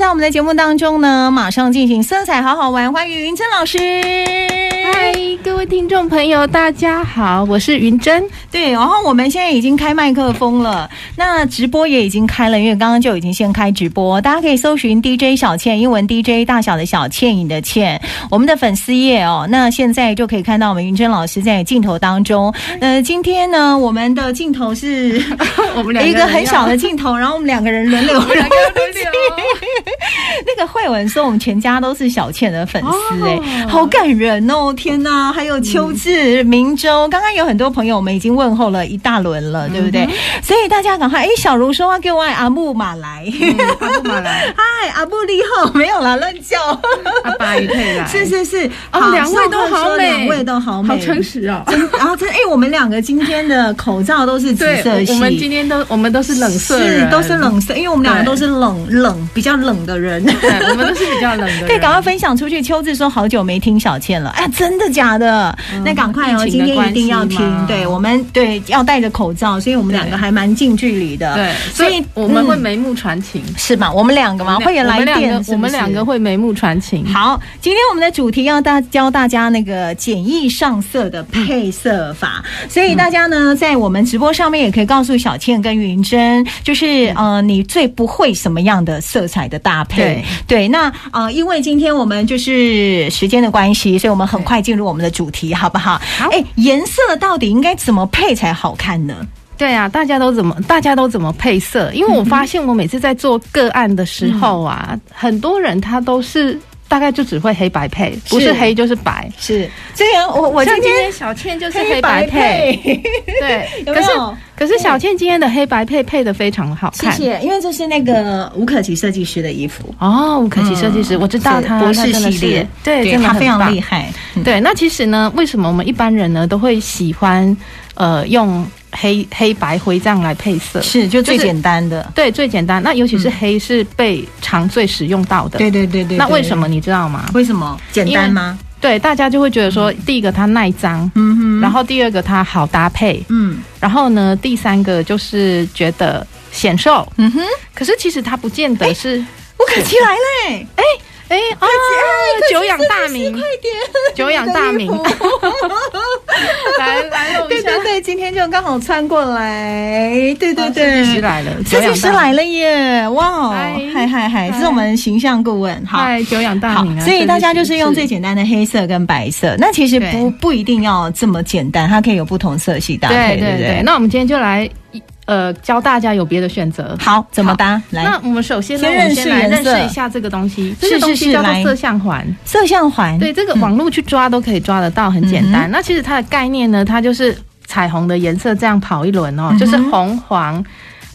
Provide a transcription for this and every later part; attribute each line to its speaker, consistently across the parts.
Speaker 1: 在我们的节目当中呢，马上进行色彩好好玩，欢迎云琛老师。
Speaker 2: 嗨，各位听众朋友，大家好，我是云珍。
Speaker 1: 对，然后我们现在已经开麦克风了，那直播也已经开了，因为刚刚就已经先开直播，大家可以搜寻 DJ 小倩，英文 DJ 大小的小倩影的倩，我们的粉丝页哦。那现在就可以看到我们云珍老师在镜头当中。呃，今天呢，我们的镜头是
Speaker 2: 我们
Speaker 1: 一个很小的镜头，然后我们两个人 轮流。
Speaker 2: 两个人轮流
Speaker 1: 那个慧文说我们全家都是小倩的粉丝、
Speaker 2: 哦
Speaker 1: 哎、好感人哦！天哪，还有秋至、明州，刚刚有很多朋友我们已经问候了一大轮
Speaker 2: 嗯
Speaker 1: 了，对不对？所以大家赶快，哎，小茹说话给我爱阿木马来，
Speaker 2: 嗯阿布马来，
Speaker 1: 嗨、阿布利后 没有啦，乱叫，
Speaker 2: 阿巴也退来，
Speaker 1: 是是是，
Speaker 2: 哦
Speaker 1: 好
Speaker 2: 两位都好
Speaker 1: 上课说
Speaker 2: 美
Speaker 1: 两位都好美，
Speaker 2: 好诚实哦。
Speaker 1: 真。 然后真哎，我们两个今天的口罩都是紫
Speaker 2: 对，
Speaker 1: 色系，
Speaker 2: 我们今天都我们都是冷色
Speaker 1: 是
Speaker 2: 人，
Speaker 1: 都是，冷色，因为我们两个都是冷冷比较冷的人。
Speaker 2: 对，我们都是比较冷的。
Speaker 1: 对，赶快。分享出去。秋子说好久没听小倩了，哎，真的假的？那赶快哦，
Speaker 2: 嗯疫
Speaker 1: 今
Speaker 2: 情的
Speaker 1: 天一定要
Speaker 2: 关系
Speaker 1: 听
Speaker 2: 嘛。
Speaker 1: 对我们对要戴着口罩，所以我们两个
Speaker 2: 对
Speaker 1: 还蛮近距离的。
Speaker 2: 对，
Speaker 1: 所
Speaker 2: 所
Speaker 1: 以
Speaker 2: 以我们会
Speaker 1: 嗯
Speaker 2: 眉目传情。
Speaker 1: 是吧？我们两个嘛，会有来
Speaker 2: 我们
Speaker 1: 电
Speaker 2: 两
Speaker 1: 是不
Speaker 2: 个我们
Speaker 1: 是
Speaker 2: 两个会眉目传情。
Speaker 1: 好，今天我们的主题要大教大家那个简易上色的配色法，所以大家呢在我们直播上面也可以告诉小倩跟云珍，就是呃你最不会什么样的色彩的搭配
Speaker 2: 对。
Speaker 1: 对，那呃因为今天我们就是时间的关系，所以我们很快进入我们的主题，好不好？
Speaker 2: 好
Speaker 1: 哎，颜色到底应该怎么配才好看呢？
Speaker 2: 对啊，大家都怎么大家都怎么配色？因为我发现我每次在做个案的时候啊，
Speaker 1: 嗯
Speaker 2: 很多人他都是大概就只会黑白配，不
Speaker 1: 是
Speaker 2: 是黑就是白。
Speaker 1: 是，虽然我我今
Speaker 2: 像今
Speaker 1: 天
Speaker 2: 天小倩就 是
Speaker 1: 黑
Speaker 2: 黑
Speaker 1: 白
Speaker 2: 白配，
Speaker 1: 配，
Speaker 2: 对，
Speaker 1: 有没
Speaker 2: 可是
Speaker 1: 有
Speaker 2: 可是小倩今天的黑白配配的非常好
Speaker 1: 谢
Speaker 2: 看。
Speaker 1: 谢，因为这是那个吴可琪设计师的衣服。
Speaker 2: 哦，吴可琪设计师，
Speaker 1: 嗯
Speaker 2: 我知道他
Speaker 1: 是博士
Speaker 2: 他真的是
Speaker 1: 系列，
Speaker 2: 对，真的
Speaker 1: 他非常厉
Speaker 2: 害。
Speaker 1: 害。嗯
Speaker 2: 对，那其实呢，为什么我们一般人呢都会喜欢呃用黑黑白灰这样来配色？
Speaker 1: 是就最
Speaker 2: 就是
Speaker 1: 简单的。
Speaker 2: 对，最简单。那尤其是黑是被常最使用到的。
Speaker 1: 对对对对。
Speaker 2: 那
Speaker 1: 对
Speaker 2: 为什？么你知道吗？
Speaker 1: 为什么简单吗？
Speaker 2: 对，大家就会觉得说，第一个它耐脏，
Speaker 1: 嗯哼
Speaker 2: 然后第二个它好搭配，
Speaker 1: 嗯
Speaker 2: 然后呢，第三个就是觉得显瘦。
Speaker 1: 嗯哼，
Speaker 2: 可是其实它不见得是，
Speaker 1: 吴可琪来嘞！哎，
Speaker 2: 哎啊，久仰大名，
Speaker 1: 快点，
Speaker 2: 久仰大名， 来 来露一
Speaker 1: 对
Speaker 2: 下
Speaker 1: 对，对，今天就刚好穿过来。对对
Speaker 2: 啊
Speaker 1: 对，
Speaker 2: 设计师来了，
Speaker 1: 设计师来了耶！哇哦
Speaker 2: 嗨，
Speaker 1: 嗨嗨嗨，这
Speaker 2: 嗨
Speaker 1: 是我们形象顾问。好，
Speaker 2: 哎嗨，久仰大
Speaker 1: 好
Speaker 2: 名，啊！
Speaker 1: 所以大家
Speaker 2: 设
Speaker 1: 就
Speaker 2: 计师
Speaker 1: 是用最简单的黑色跟白色。那其实不
Speaker 2: 对
Speaker 1: 不一定要这么简单，它可以有不同色系搭配，
Speaker 2: 对
Speaker 1: 对
Speaker 2: 对
Speaker 1: 不
Speaker 2: 对。那我们今天就来呃教大家有别的选择。
Speaker 1: 好，怎么搭？
Speaker 2: 那
Speaker 1: 来，
Speaker 2: 我们首先呢，
Speaker 1: 先
Speaker 2: 我们
Speaker 1: 认
Speaker 2: 先
Speaker 1: 识
Speaker 2: 来
Speaker 1: 颜
Speaker 2: 认
Speaker 1: 色
Speaker 2: 识一下这个东西，
Speaker 1: 是
Speaker 2: 这个东
Speaker 1: 是是
Speaker 2: 西叫做
Speaker 1: 来
Speaker 2: 色相环。
Speaker 1: 色相环，
Speaker 2: 对，这个网络去抓都可以抓得到，很简
Speaker 1: 嗯
Speaker 2: 单。那其实它的概念呢，它就是彩虹的颜色这样跑一轮哦，
Speaker 1: 嗯哼
Speaker 2: 就是红、黄、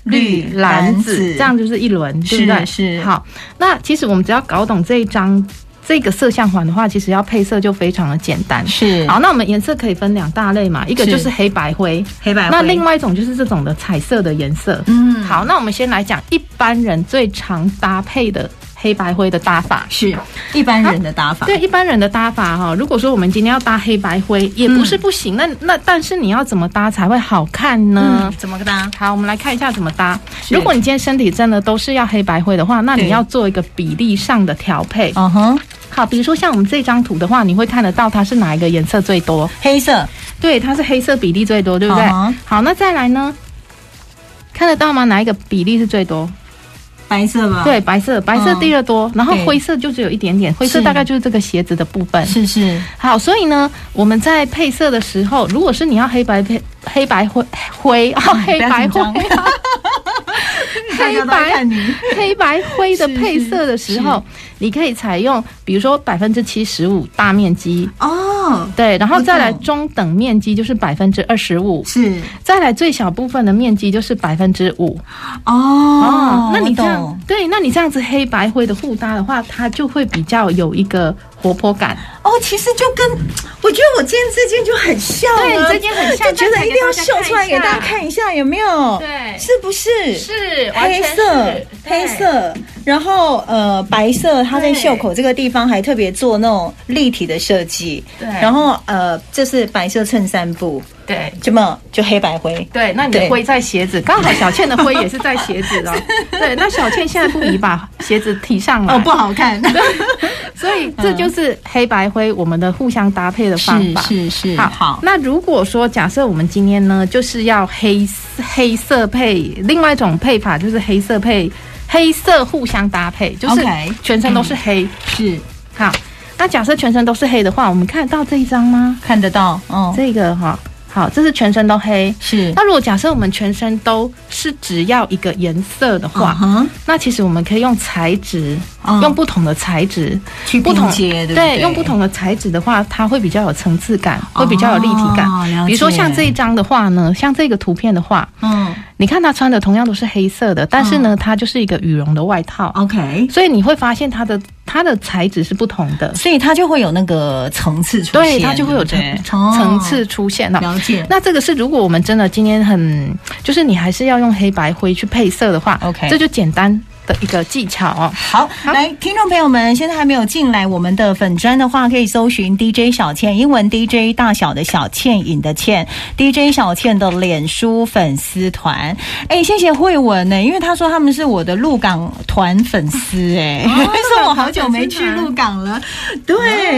Speaker 2: 绿、
Speaker 1: 绿蓝
Speaker 2: 蓝、
Speaker 1: 紫
Speaker 2: 紫，这样就是一轮，对
Speaker 1: 是
Speaker 2: 不对？
Speaker 1: 是
Speaker 2: 好，那其实我们只要搞懂这一张这个色相环的话，其实要配色就非常的简单。
Speaker 1: 是
Speaker 2: 好，那我们颜色可以分两大类嘛，一个
Speaker 1: 是
Speaker 2: 就是黑白灰，
Speaker 1: 黑白灰。
Speaker 2: 那另外一种就是这种的彩色的颜色。
Speaker 1: 嗯，
Speaker 2: 好，那我们先来讲一般人最常搭配的黑白灰的搭法。
Speaker 1: 是一般人的打法，
Speaker 2: 对一般人的搭法哈、如果说我们今天要搭黑白灰，也不是不行。那那但是你要怎么搭才会好看呢？
Speaker 1: 嗯，怎么个搭？
Speaker 2: 好，我们来看一下怎么搭。
Speaker 1: 是
Speaker 2: 如果你今天身体真的都是要黑白灰的话，那
Speaker 1: 对
Speaker 2: 你要做一个比例上的调配。
Speaker 1: 嗯哼，
Speaker 2: 好，比如说像我们这张图的话，你会看得到它是哪一个颜色最多？啊
Speaker 1: 黑色，
Speaker 2: 对，它是黑色比例最多，对不对
Speaker 1: 嗯哼
Speaker 2: 好，那再来呢？看得到吗？哪一个比例是最多？
Speaker 1: 白色吧？，
Speaker 2: 对，白色，白色第二多，然后
Speaker 1: 对
Speaker 2: 灰色就只有一点点，灰色
Speaker 1: 是
Speaker 2: 大概啊就是这个鞋子的部分。
Speaker 1: 是是，
Speaker 2: 好，所以呢，我们在配色的时候，如果是你要黑白配黑白灰灰哦，黑
Speaker 1: 嗯不要
Speaker 2: 白
Speaker 1: 紧
Speaker 2: 灰
Speaker 1: 张 大家
Speaker 2: 黑
Speaker 1: 都在
Speaker 2: 白啊
Speaker 1: 看你，
Speaker 2: 黑白灰的配色的时候，你可以采用比如说百分之七十五大面积，
Speaker 1: 哦，
Speaker 2: 对，然后再来
Speaker 1: 我懂
Speaker 2: 中等面积就是百分之二十五，
Speaker 1: 是
Speaker 2: 再来最小部分的面积就是百分之五。啊
Speaker 1: 哦，
Speaker 2: 那你这
Speaker 1: 我
Speaker 2: 样
Speaker 1: 懂
Speaker 2: 对，那你这样子黑白灰的互搭的话，它就会比较有一个活泼感。
Speaker 1: 哦，其实就跟我觉得我今天这件就很像啊，
Speaker 2: 对你这件很像
Speaker 1: 就觉得一定要秀出来给大家
Speaker 2: 刚才给大家
Speaker 1: 看一下，有没有？
Speaker 2: 对
Speaker 1: 是不是？
Speaker 2: 是
Speaker 1: 黑色，黑。色，然后呃，白色，它在
Speaker 2: 对
Speaker 1: 袖口这个地方还特别做那种立体的设计。
Speaker 2: 对
Speaker 1: 然后呃，这是白色衬衫布，
Speaker 2: 对
Speaker 1: 这么就黑白灰。
Speaker 2: 对，那你的
Speaker 1: 对
Speaker 2: 灰在鞋子，刚好小倩的灰也是在鞋子 哦。对，那小倩现在不宜把鞋子提上来，
Speaker 1: 哦，不好 看，
Speaker 2: 所以这就是黑白灰我们的互相搭配的方
Speaker 1: 是
Speaker 2: 法。
Speaker 1: 是是，
Speaker 2: 好，
Speaker 1: 好，
Speaker 2: 那如果说假设我们今天呢，就是要黑黑色配，另外一种配法就是黑色配黑色互相搭配，就是
Speaker 1: OK，嗯
Speaker 2: 全身都是黑。
Speaker 1: 是
Speaker 2: 好，那假设全身都是黑的话，我们看得到这一张吗？
Speaker 1: 看得到，嗯，
Speaker 2: 这个哈，好，这是全身都黑。
Speaker 1: 是
Speaker 2: 那如果假设我们全身都是只要一个颜色的话，
Speaker 1: 啊哈，
Speaker 2: 那其实我们可以用材质，
Speaker 1: 嗯
Speaker 2: 用不同的材质，
Speaker 1: 去
Speaker 2: 不
Speaker 1: 拼
Speaker 2: 同
Speaker 1: 接，对不
Speaker 2: 对，用不同的材质的话，它会比较有层次感，会比较有立体感。
Speaker 1: 哦了解
Speaker 2: 比如说像这一张的话呢，像这个图片的话，
Speaker 1: 嗯
Speaker 2: 你看它穿的同样都是黑色的，但是呢，它就是一个羽绒的外套，
Speaker 1: ，OK，
Speaker 2: 所以你会发现它的它的材质是不同的，
Speaker 1: 所以它就会有那个层次出现，哦
Speaker 2: 对，它就会有
Speaker 1: 对
Speaker 2: 层
Speaker 1: 不对
Speaker 2: 层层次，出现
Speaker 1: 哦
Speaker 2: 了。
Speaker 1: 了解。
Speaker 2: 那这个是，如果我们真的今天很，就是你还是要用黑白灰去配色的话
Speaker 1: OK
Speaker 2: 这就简单的一个技巧哦。
Speaker 1: 好，来，听众朋友们，现在还没有进来我们的粉砖的话，可以搜寻 DJ 小倩，英文 DJ 大小的小倩影的倩，DJ 小倩的脸书粉丝团。哎，谢谢慧文呢、因为他说他们是我的鹿港团粉丝、哎、
Speaker 2: 哦
Speaker 1: 说我好久没去鹿港了，对，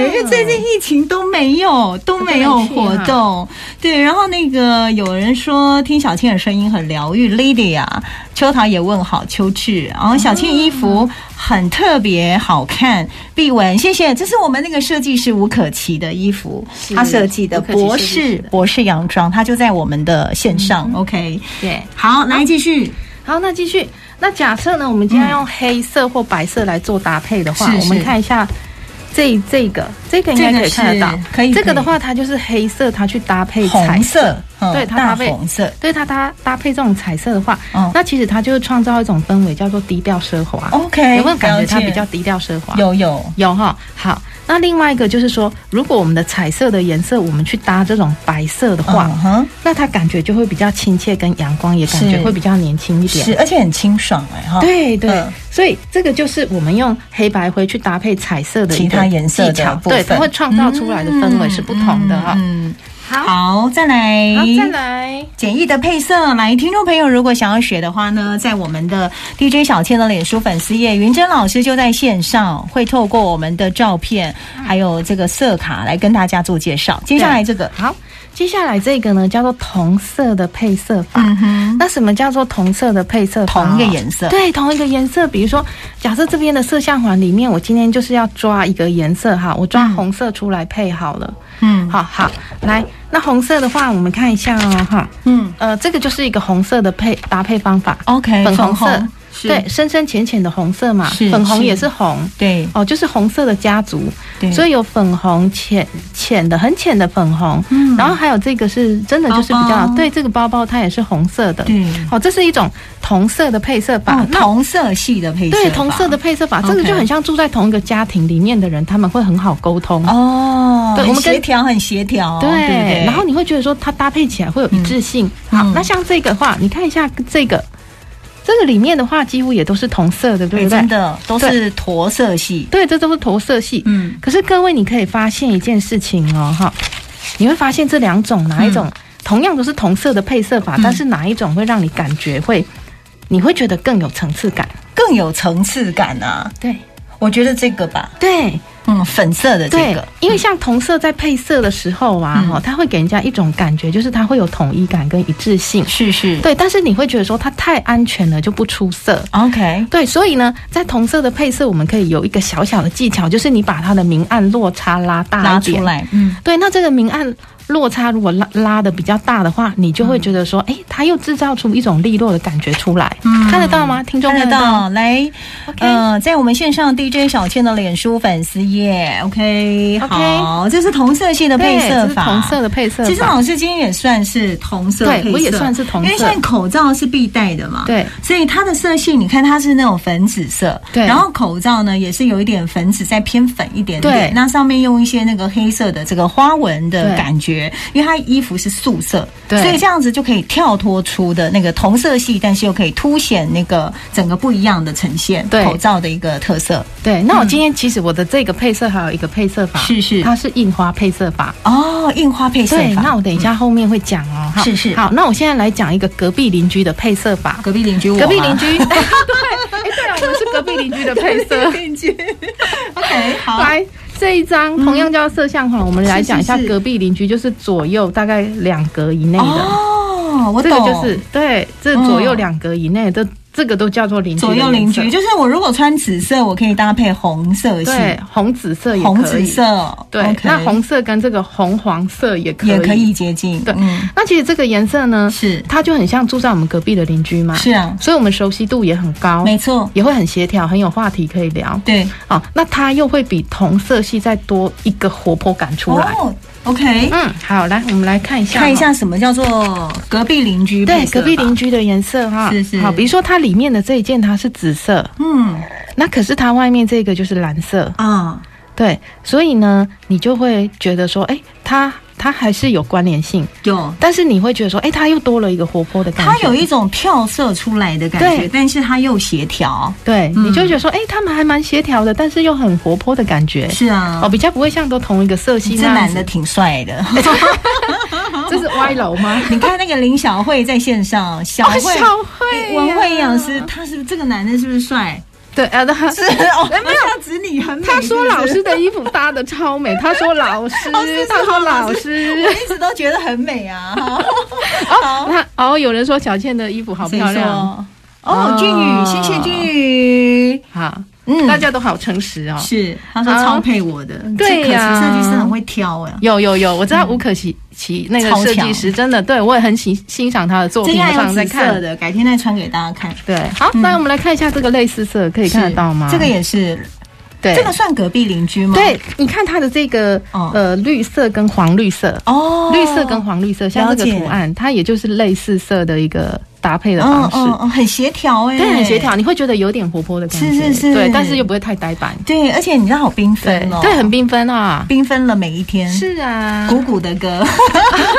Speaker 1: 因为最近疫情都没有都没有活动，对，然后那个有人说听小倩的声音很疗愈，Lydia 秋桃也问好秋志，然后小倩衣
Speaker 2: 哦
Speaker 1: 服很特别好看，碧文谢谢，这是我们那个设计师吴可琪的衣服，
Speaker 2: 是
Speaker 1: 她设计的
Speaker 2: 吴可琪
Speaker 1: 博
Speaker 2: 设计
Speaker 1: 士
Speaker 2: 师的嗯
Speaker 1: 博士洋装，她就在我们的线上、o k
Speaker 2: 对。
Speaker 1: 好，来继续，
Speaker 2: 好，那继续。那假设呢，我们今天用黑色或白色来做搭配的话，
Speaker 1: 是是
Speaker 2: 我们看一下这这个，这个应该可以看得到
Speaker 1: 这个是。可以
Speaker 2: 这个的话，它就是黑色，它去搭配彩
Speaker 1: 红。色，嗯
Speaker 2: 对它
Speaker 1: 大
Speaker 2: 搭配
Speaker 1: 红色，
Speaker 2: 对它搭搭配这种彩色的话，
Speaker 1: 嗯
Speaker 2: 那其实它就是创造一种氛围，叫做低调奢华。
Speaker 1: OK，
Speaker 2: 哦有没有感觉它
Speaker 1: 了解
Speaker 2: 比较低调奢华？
Speaker 1: 有有，
Speaker 2: 有哈。好，那另外一个就是说，如果我们的彩色的颜色，我们去搭这种白色的话，
Speaker 1: 嗯哼，
Speaker 2: 那它感觉就会比较亲切，跟阳光也感觉
Speaker 1: 是
Speaker 2: 会比较年轻一点。哦
Speaker 1: 是，而且很清爽哎、哈，
Speaker 2: 对对、
Speaker 1: 嗯
Speaker 2: 所以这个就是我们用黑白灰去搭配彩色的一个
Speaker 1: 其他颜色的
Speaker 2: 技巧，
Speaker 1: 部分
Speaker 2: 对，它会创造出来的氛围是不同的哈、
Speaker 1: 嗯，
Speaker 2: 好嗯
Speaker 1: 好，再来，
Speaker 2: 好，再。来。
Speaker 1: 简易的配色，来，听众朋友如果想要学的话呢，在我们的 DJ 小倩的脸书粉丝页，云珍老师就在线上，会透过我们的照片
Speaker 2: 嗯
Speaker 1: 还有这个色卡来跟大家做介绍。接下来这个，
Speaker 2: 好，接下来这个呢叫做同色的配色法。
Speaker 1: 嗯哼，
Speaker 2: 那什么叫做同色的配色法？
Speaker 1: 同一个颜色
Speaker 2: 对，同一个颜色。比如说，假设这边的色相环里面，我今天就是要抓一个颜色哈，我抓红色出来配好了。
Speaker 1: 嗯
Speaker 2: 好好，来，那红色的话，我们看一下哦哈，
Speaker 1: 嗯
Speaker 2: 呃，这个就是一个红色的配搭配方法。
Speaker 1: ，OK，
Speaker 2: 粉红色，
Speaker 1: 哎是
Speaker 2: 对，深深浅浅的红色嘛，
Speaker 1: 是
Speaker 2: 粉红
Speaker 1: 是
Speaker 2: 也是红
Speaker 1: 对
Speaker 2: 哦，就是红色的家族，
Speaker 1: 对，
Speaker 2: 所以有粉红浅浅的很浅的粉红，
Speaker 1: 嗯
Speaker 2: 然后还有这个是真的就是比较
Speaker 1: 包包
Speaker 2: 对这个包包它也是红色的，
Speaker 1: 对
Speaker 2: 哦，这是一种同色的配色法，
Speaker 1: 哦，
Speaker 2: 那
Speaker 1: 同色系的配色，
Speaker 2: 对同色的配色法，这个
Speaker 1: OK
Speaker 2: 就很像住在同一个家庭里面的人，他们会很好沟通，
Speaker 1: 哦，
Speaker 2: 对
Speaker 1: 很
Speaker 2: 我们跟
Speaker 1: 协调很协调，
Speaker 2: 对，
Speaker 1: 对不对，
Speaker 2: 然后你会觉得说它搭配起来会有一致性。
Speaker 1: 嗯
Speaker 2: 好
Speaker 1: 嗯，
Speaker 2: 那像这个的话，你看一下这个，这个里面的话几乎也都是同色的，对
Speaker 1: 对
Speaker 2: 不对？
Speaker 1: 真的都是驼色系，
Speaker 2: 对，这都是同色系。
Speaker 1: 嗯
Speaker 2: 可是各位，你可以发现一件事情哦，哈，你会发现这两种哪一种、
Speaker 1: 嗯
Speaker 2: 同样都是同色的配色法，但是哪一种会让你感觉会，你会觉得更有层次感？
Speaker 1: 更有层次感啊，
Speaker 2: 对
Speaker 1: 我觉得这个吧，
Speaker 2: 对
Speaker 1: 嗯，粉色的这
Speaker 2: 对
Speaker 1: 个，，嗯
Speaker 2: 因为像同色在配色的时候啊，哈、它会给人家一种感觉，就是它会有统一感跟一致性。
Speaker 1: 是是
Speaker 2: 对，但是你会觉得说它太安全了，就不出色。
Speaker 1: ，OK，
Speaker 2: 对，所以呢，在同色的配色，我们可以有一个小小的技巧，就是你把它的明暗落差拉大
Speaker 1: 拉
Speaker 2: 一
Speaker 1: 出
Speaker 2: 点。
Speaker 1: 来，嗯，
Speaker 2: 对，那这个明暗落差如果拉拉的比较大的话，你就会觉得说，哎、它又制造出一种利落的感觉出来，
Speaker 1: 嗯
Speaker 2: 看得到吗？听众
Speaker 1: 看
Speaker 2: 看
Speaker 1: 得
Speaker 2: 得到？
Speaker 1: 到，来，
Speaker 2: OK
Speaker 1: 呃，在我们线上 DJ 小倩的脸书粉丝页，OK，
Speaker 2: OK
Speaker 1: 好，这是同色系的配
Speaker 2: 对这
Speaker 1: 色
Speaker 2: 是
Speaker 1: 法，
Speaker 2: 同色的配色法，
Speaker 1: 其实老师今天也算是同色配色，
Speaker 2: 对我也算是同色
Speaker 1: 因为现在口罩是必戴的嘛，
Speaker 2: 对，
Speaker 1: 所以它的色系你看它是那种粉紫色，
Speaker 2: 对
Speaker 1: 然后口罩呢也是有一点粉紫，再偏粉一点点，
Speaker 2: 对
Speaker 1: 那上面用一些那个黑色的这个花纹的
Speaker 2: 对
Speaker 1: 感觉，因为它衣服是素色，
Speaker 2: 对
Speaker 1: 所以这样子就可以跳脱出的那个同色系，但是又可以凸显那个整个不一样的呈现，
Speaker 2: 对
Speaker 1: 口罩的一个特色
Speaker 2: 对。那我今天其实我的这个配色还有一个配色法，
Speaker 1: 是是
Speaker 2: 它是印花配色法。
Speaker 1: 哦哦，印花配色
Speaker 2: 对，
Speaker 1: 法，嗯
Speaker 2: 那我等一下后面会讲哦。哈
Speaker 1: 是是
Speaker 2: 好，那我现在来讲一个隔壁邻居的配色法。
Speaker 1: 隔壁邻居我吗，
Speaker 2: 隔壁邻居， 对，哎，对啊，我们是隔壁邻居的配 色。
Speaker 1: 邻居，OK，好，
Speaker 2: 来，这一张同样叫色相款，我们来讲一下
Speaker 1: 嗯是是是
Speaker 2: 隔壁邻居，就是左右大概两格以内的，
Speaker 1: 哦，我
Speaker 2: 这
Speaker 1: 懂，
Speaker 2: 个就是对，这左右
Speaker 1: 嗯
Speaker 2: 两格以内的，这个都叫做邻居。
Speaker 1: 左右邻居，，就是我如果穿紫色，我可以搭配红色系，
Speaker 2: 对，红紫色也可以。
Speaker 1: 红紫色，
Speaker 2: 对
Speaker 1: OK
Speaker 2: 那红色跟这个红黄色也可以。
Speaker 1: 也可。以接近，
Speaker 2: 对
Speaker 1: 嗯，
Speaker 2: 那其实这个颜色呢，
Speaker 1: 是
Speaker 2: 它就很像住在我们隔壁的邻居嘛，
Speaker 1: 是啊，
Speaker 2: 所以我们熟悉度也很高，
Speaker 1: 没错，
Speaker 2: 也会很协调，很有话题可以聊。
Speaker 1: 对，
Speaker 2: 哦，那它又会比同色系再多一个活泼感出来。
Speaker 1: 哦，OK，
Speaker 2: 嗯，好，来我们来看一下，
Speaker 1: 看一。下什么叫做隔壁邻居，
Speaker 2: 对，隔壁邻，居的颜色哈，
Speaker 1: 是是
Speaker 2: 好，比如说它里面的这一件它是紫色，
Speaker 1: 嗯
Speaker 2: 那可是它外面这个就是蓝色，
Speaker 1: 啊，
Speaker 2: 对，所以呢，你就会觉得说，哎，它它还是有关联性，
Speaker 1: 有。
Speaker 2: 但是你会觉得说，哎，它又多了一个活泼的感觉，
Speaker 1: 它有一种跳色出来的感觉，
Speaker 2: 对
Speaker 1: 但是它又协调。
Speaker 2: 对，
Speaker 1: 嗯
Speaker 2: 你就会觉得说，哎、他们还蛮协调的，但是又很活泼的感觉。
Speaker 1: 是啊
Speaker 2: 哦，，比较不会像都同一个色系
Speaker 1: 这
Speaker 2: 那样
Speaker 1: 男
Speaker 2: 子
Speaker 1: 的，挺帅的。
Speaker 2: 这是歪楼吗？
Speaker 1: 你看那个林小慧在线上，小 慧、
Speaker 2: 哦小慧呀
Speaker 1: 文慧营养师，他是不是这个男的是不是帅？
Speaker 2: 对，啊，他
Speaker 1: 是 哦，
Speaker 2: 哎没有
Speaker 1: 有，子女很美。
Speaker 2: 他
Speaker 1: 是
Speaker 2: 说
Speaker 1: 不是
Speaker 2: 老师的衣服搭的超美，他说老师
Speaker 1: 哦是是，
Speaker 2: 他说老
Speaker 1: 我
Speaker 2: 师，
Speaker 1: 一直都觉得很美啊。哈好，
Speaker 2: 那哦，有人说小倩的衣服好漂
Speaker 1: 谁
Speaker 2: 亮，
Speaker 1: 说。哦，俊宇，谢谢俊宇。
Speaker 2: 好，
Speaker 1: 嗯
Speaker 2: 大家都好诚实哦。
Speaker 1: 是，他说
Speaker 2: 好
Speaker 1: 超配我的。
Speaker 2: 对呀
Speaker 1: 这可是设计师很会挑哎。
Speaker 2: 有有有，我知道吴可琪琪那个
Speaker 1: 超
Speaker 2: 设计
Speaker 1: 强
Speaker 2: 师真的，对我也很欣欣赏他的作
Speaker 1: 这
Speaker 2: 品，
Speaker 1: 件
Speaker 2: 我
Speaker 1: 还
Speaker 2: 常
Speaker 1: 有
Speaker 2: 在
Speaker 1: 紫色
Speaker 2: 看。
Speaker 1: 的，改天再穿给大家看。
Speaker 2: 对，好，那我们来看一下这个类似色，可以看得
Speaker 1: 是
Speaker 2: 到吗？
Speaker 1: 这个也是，
Speaker 2: 对，
Speaker 1: 这个算隔壁邻居吗？
Speaker 2: 对，你看它的这个
Speaker 1: 哦
Speaker 2: 呃绿色跟黄绿色，
Speaker 1: 哦，
Speaker 2: 绿色跟黄绿色，像这
Speaker 1: 了
Speaker 2: 个
Speaker 1: 解
Speaker 2: 图案，它也就是类似色的一个搭配的方式。
Speaker 1: 嗯嗯嗯，很协调哎，
Speaker 2: 对，很协。调，你会觉得有点活泼的感觉，
Speaker 1: 是是是
Speaker 2: 对，但是又不会太呆板，
Speaker 1: 对，而且你知道好缤
Speaker 2: 对
Speaker 1: 纷哦，
Speaker 2: 对，很缤纷啊，
Speaker 1: 缤纷了每一天。
Speaker 2: 是啊，
Speaker 1: 鼓鼓的歌，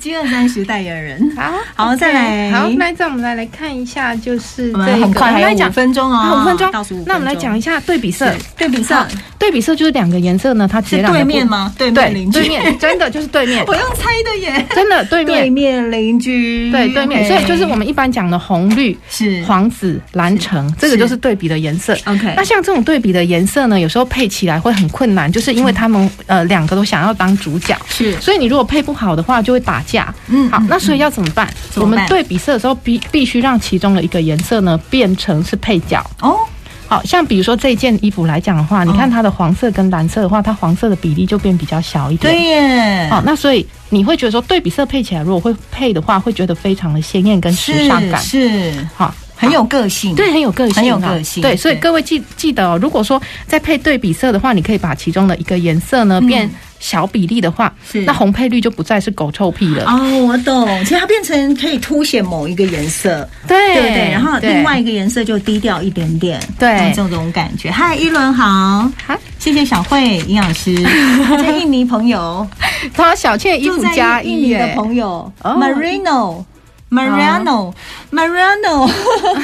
Speaker 1: 饥饿三十代言人。
Speaker 2: 好，
Speaker 1: 好
Speaker 2: OK，
Speaker 1: 再来
Speaker 2: 好，那这样我们来来看一下，就是
Speaker 1: 我
Speaker 2: 这
Speaker 1: 们
Speaker 2: 个，
Speaker 1: 很快还
Speaker 2: 我们来
Speaker 1: 有五
Speaker 2: 讲
Speaker 1: 分钟
Speaker 2: 啊
Speaker 1: 哦，
Speaker 2: 五分钟
Speaker 1: 倒数五分钟。
Speaker 2: 那我们来讲一下对比色
Speaker 1: 是，对比色
Speaker 2: 好，对比色就是两个颜色呢，它截
Speaker 1: 是
Speaker 2: 然的
Speaker 1: 对
Speaker 2: 不
Speaker 1: 面？吗？对面
Speaker 2: 对，
Speaker 1: 邻居，
Speaker 2: 对面，真的就是对面
Speaker 1: ，我用猜的耶。
Speaker 2: 真的对面
Speaker 1: 对。面邻居，
Speaker 2: 对对面，
Speaker 1: OK
Speaker 2: 所以就是我们一般讲的红绿。
Speaker 1: 是
Speaker 2: 黄紫蓝橙，这个就是对比的颜色。
Speaker 1: OK
Speaker 2: 那像这种对比的颜色呢，有时候配起来会很困难，就是因为他们呃两个都想要当主角，
Speaker 1: 嗯是
Speaker 2: 所以你如果配不好的话，就会打架。
Speaker 1: 嗯
Speaker 2: 好
Speaker 1: 嗯，
Speaker 2: 那所以要怎么办？
Speaker 1: 怎
Speaker 2: 我
Speaker 1: 么办
Speaker 2: 们对比色的时候必必须让其中的一个颜色呢变成是配角。
Speaker 1: 哦，
Speaker 2: 好像比如说这件衣服来讲的话，你看它的黄色跟蓝色的话，它黄色的比例就变比较小一点。
Speaker 1: 对耶，
Speaker 2: 好、那所以你会觉得说对比色配起来，如果会配的话，会觉得非常的鲜艳跟时
Speaker 1: 是
Speaker 2: 尚感，
Speaker 1: 是
Speaker 2: 好、
Speaker 1: 很有个性，
Speaker 2: 对，很有个性啊、
Speaker 1: 很有个性
Speaker 2: 对，所以
Speaker 1: 对
Speaker 2: 各位记记得哦，如果说在配对比色的话，你可以把其中的一个颜色呢
Speaker 1: 嗯
Speaker 2: 变小比例的话，
Speaker 1: 是
Speaker 2: 那红配绿就不再是狗臭屁了。
Speaker 1: 哦，我懂，其实它变成可以凸显某一个颜色，
Speaker 2: 对
Speaker 1: 对不对？然后另外
Speaker 2: 对
Speaker 1: 一个颜色就低调一点点，
Speaker 2: 对
Speaker 1: 像这种感觉。嗨，一轮好，
Speaker 2: 好
Speaker 1: 谢谢小慧营养 师，这印尼朋友，
Speaker 2: 他小倩衣
Speaker 1: 住
Speaker 2: 服
Speaker 1: 在
Speaker 2: 加
Speaker 1: 印
Speaker 2: 一
Speaker 1: 尼的
Speaker 2: 耶，
Speaker 1: 朋友
Speaker 2: 哦
Speaker 1: ，Marino。Mariano, Mariano,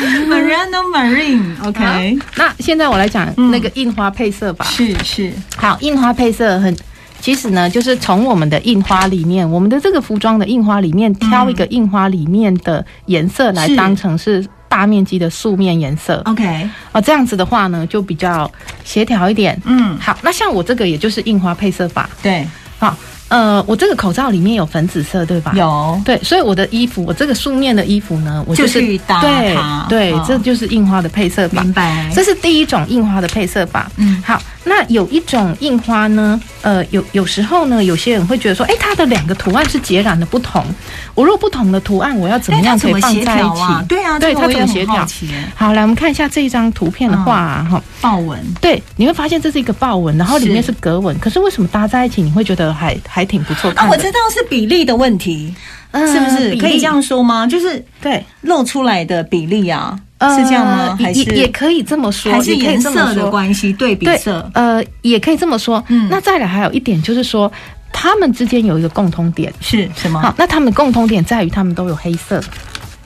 Speaker 1: Mariano Marine, OK，
Speaker 2: 好那现在我来讲
Speaker 1: 嗯
Speaker 2: 那个印花配色吧。
Speaker 1: 是是，
Speaker 2: 好，印花配色很，其实呢，就是从我们的印花里面，我们的这个服装的印花里面挑一个印花里面的颜色来
Speaker 1: 嗯是
Speaker 2: 当成是大面积的素面颜色
Speaker 1: OK，
Speaker 2: 哦，这样子的话呢，就比较协调一点。
Speaker 1: 嗯，
Speaker 2: 好，那像我这个也就是印花配色法，
Speaker 1: 对，
Speaker 2: 好，呃，我这个口罩里面有粉紫色，对吧？。
Speaker 1: 有
Speaker 2: 对，所以我的衣服，我这个素面的衣服呢，我就是
Speaker 1: 哦就去搭
Speaker 2: 对
Speaker 1: 它
Speaker 2: 对，
Speaker 1: 哦
Speaker 2: 这就是印花的配色法。
Speaker 1: 明白，
Speaker 2: 这是第一种印花的配色法。
Speaker 1: 嗯
Speaker 2: 好，那有一种印花呢，呃，有有时候呢，有些人会觉得说，哎，它的两个图案是截然的不同。我若不同的图案，我要怎么
Speaker 1: 那它
Speaker 2: 样可
Speaker 1: 怎
Speaker 2: 以
Speaker 1: 么
Speaker 2: 放
Speaker 1: 协
Speaker 2: 在一
Speaker 1: 调
Speaker 2: 起？
Speaker 1: 啊？对啊，
Speaker 2: 对
Speaker 1: 这个
Speaker 2: 它
Speaker 1: 我
Speaker 2: 怎
Speaker 1: 也
Speaker 2: 么
Speaker 1: 很
Speaker 2: 协调
Speaker 1: 好？奇耶嗯
Speaker 2: 好，来我们看一下这一张图片的话啊哈、
Speaker 1: 豹纹
Speaker 2: 对，你会发现这是一个豹纹，然后里面
Speaker 1: 是
Speaker 2: 是格纹，可是为什么搭在一起你会觉得还还挺不错看
Speaker 1: 啊，
Speaker 2: 的？
Speaker 1: 我知道是比例的问题，
Speaker 2: 嗯
Speaker 1: 是不是
Speaker 2: 比
Speaker 1: 可以
Speaker 2: 例
Speaker 1: 这样说吗？就是
Speaker 2: 对。
Speaker 1: 露出来的比例啊，
Speaker 2: 呃
Speaker 1: 是这样吗？还是
Speaker 2: 也也可以这么说，
Speaker 1: 还是
Speaker 2: 也可以
Speaker 1: 颜
Speaker 2: 这么
Speaker 1: 色的
Speaker 2: 说
Speaker 1: 关系对比
Speaker 2: 对，
Speaker 1: 色？
Speaker 2: 呃，也可以这么说。
Speaker 1: 嗯
Speaker 2: 那再来还有一点就是说，他们之间有一个共通点。
Speaker 1: 是什
Speaker 2: 好
Speaker 1: 么？，
Speaker 2: 那他们共通点在于他们都有黑色。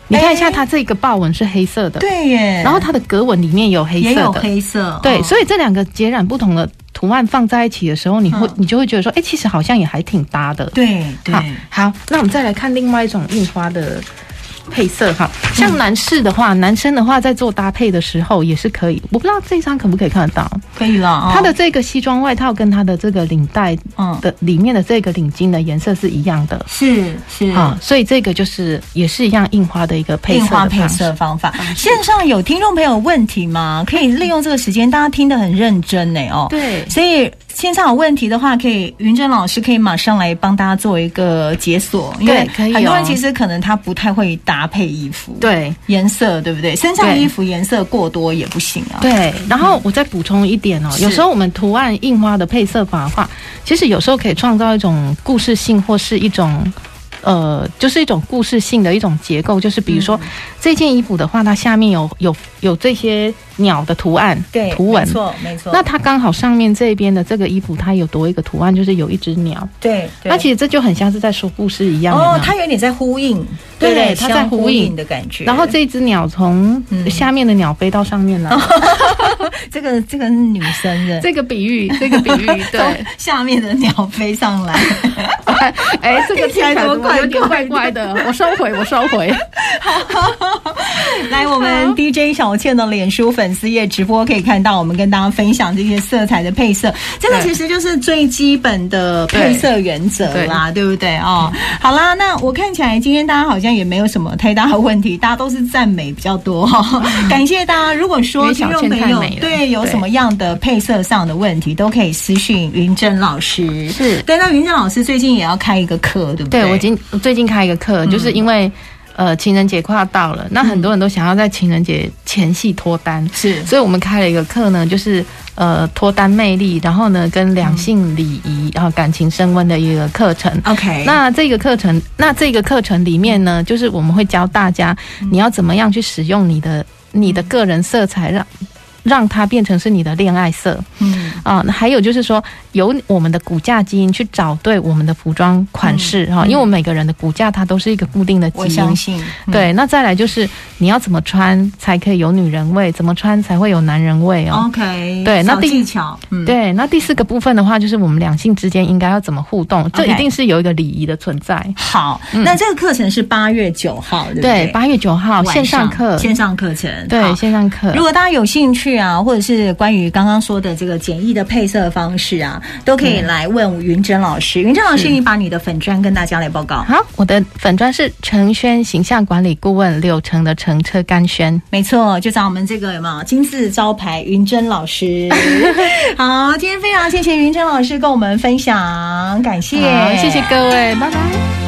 Speaker 2: 你看一下，它这个豹纹是黑色的，
Speaker 1: 对耶，
Speaker 2: 然后它的格纹里面有黑
Speaker 1: 也
Speaker 2: 色
Speaker 1: 有
Speaker 2: 的，
Speaker 1: 黑色，
Speaker 2: 对，
Speaker 1: 哦
Speaker 2: 所以这两个截然不同的图图案放在一起的时候，你会、
Speaker 1: 嗯
Speaker 2: 你就会觉得说，哎、其实好像也还挺搭的。
Speaker 1: 对对
Speaker 2: 好，好，那我们再来看另外一种印花的配色哈，
Speaker 1: 嗯
Speaker 2: 像男士的话，男生的话在做搭配的时候也是可以，我不知道这张可不可以看得到，
Speaker 1: 可以了啊。
Speaker 2: 他的这个西装外套跟他的这个领带
Speaker 1: 嗯
Speaker 2: 的里面的这个领巾的颜色是一样的。
Speaker 1: 是是
Speaker 2: 啊，所以这个就是也是一样印花的一个配
Speaker 1: 印
Speaker 2: 色
Speaker 1: 花
Speaker 2: 的
Speaker 1: 配
Speaker 2: 方式嗯
Speaker 1: 色方法。线上有听众朋友问题吗？可以利用这个时间，大家听得很认真呢哦。
Speaker 2: 对
Speaker 1: 所以线上有问题的话，可以云珍老师可以马上来帮大家做一个解锁，因为
Speaker 2: 对可以哦
Speaker 1: 很多人其实可能他不太会搭配衣服，
Speaker 2: 对
Speaker 1: 颜色对不对？身上
Speaker 2: 对
Speaker 1: 衣服颜色过多也不行啊。
Speaker 2: 对，然后我再补充一点哦，
Speaker 1: 是
Speaker 2: 有时候我们图案印花的配色法的话，其实有时候可以创造一种故事性，或是一种。呃，就是一种故事性的一种结构，就是比如说、
Speaker 1: 嗯
Speaker 2: 这件衣服的话，它下面有有有这些鸟的图案，
Speaker 1: 对，
Speaker 2: 图
Speaker 1: 没
Speaker 2: 文。
Speaker 1: 错没错。
Speaker 2: 那它刚好上面这边的这个衣服，它有多一个图案，就是有一只鸟。
Speaker 1: 对，对
Speaker 2: 那其实这就很像是在说故事一样。有没
Speaker 1: 哦
Speaker 2: 有，
Speaker 1: 它有点在呼应，
Speaker 2: 对
Speaker 1: 不
Speaker 2: 它在
Speaker 1: 相
Speaker 2: 呼
Speaker 1: 呼
Speaker 2: 应
Speaker 1: 的感觉。
Speaker 2: 然后这只鸟从
Speaker 1: 嗯
Speaker 2: 下面的鸟飞到上面了，
Speaker 1: 这个这个女生的
Speaker 2: 这个比喻，这个比 喻，对
Speaker 1: 从。下面的鸟飞上来。
Speaker 2: 哎，这个
Speaker 1: 听起来怎么怪
Speaker 2: 有点怪怪的？我收回，我收回。
Speaker 1: 来，我们 DJ 小倩的脸书粉丝页直播可以看到，我们跟大家分享这些色彩的配色，这个
Speaker 2: 对
Speaker 1: 其实就是最基本的配色原则啦，对不对哦？好啦，那我看起来今天大家好像也没有什么太大的问题，大家都是赞美比较多 哈、感谢大家。如果
Speaker 2: 因
Speaker 1: 说
Speaker 2: 为
Speaker 1: 听
Speaker 2: 小
Speaker 1: 众
Speaker 2: 倩
Speaker 1: 朋
Speaker 2: 太
Speaker 1: 友
Speaker 2: 美了
Speaker 1: 对有
Speaker 2: 对
Speaker 1: 什么样的配色上的问题，都可以私讯云珍老师。
Speaker 2: 是
Speaker 1: 对，那云珍老师最近也要开一个课，对不对？
Speaker 2: 对嗯我今我最近开一个课，就是因为呃情人节快要到了，那很多人都想要在情人节前夕脱单，
Speaker 1: 是
Speaker 2: 所以我们开了一个课呢，就是呃脱单魅力，然后呢跟两性礼仪，然后感情升温的一个课程。
Speaker 1: OK，
Speaker 2: 那这个课程，那这个课程里面呢，就是我们会教大家
Speaker 1: 嗯
Speaker 2: 你要怎么样去使用你的你的个人色彩，让让它变成是你的恋爱色。
Speaker 1: 嗯。
Speaker 2: 啊、那还有就是说，由我们的骨架基因去找对我们的服装款式哈、
Speaker 1: 嗯嗯
Speaker 2: 因为我们每个人的骨架它都是一个固定的基
Speaker 1: 我嗯相
Speaker 2: 因。
Speaker 1: 信，
Speaker 2: 对，那再来就是你要怎么穿才可以有女人味，怎么穿才会有男人味哦。
Speaker 1: OK，
Speaker 2: 对那
Speaker 1: 小
Speaker 2: 第
Speaker 1: 技巧，嗯，
Speaker 2: 对，那第四个部分的话，就是我们两性之间应该要怎么互动，这
Speaker 1: OK
Speaker 2: 一定是有一个礼仪的存在。
Speaker 1: 好，那这个课程是八月九号，对不
Speaker 2: 嗯对，八月九号
Speaker 1: 晚
Speaker 2: 线上课，
Speaker 1: 线上课程，
Speaker 2: 对
Speaker 1: 好
Speaker 2: 线上课
Speaker 1: 如，果大家有兴趣啊，或者是关于刚刚说的这个简易的配色方式啊，都可以
Speaker 2: 嗯
Speaker 1: 来问云珍老师。云珍老师，你把你的粉砖跟大家来报告。
Speaker 2: 好，我的粉砖是程轩形象管理顾问柳城的程车甘轩。
Speaker 1: 没错，就找我们这个有没有金字招牌云珍老 师。好，今天非常谢谢云珍老师跟我们分享，感谢，
Speaker 2: 好，谢谢各位，拜拜。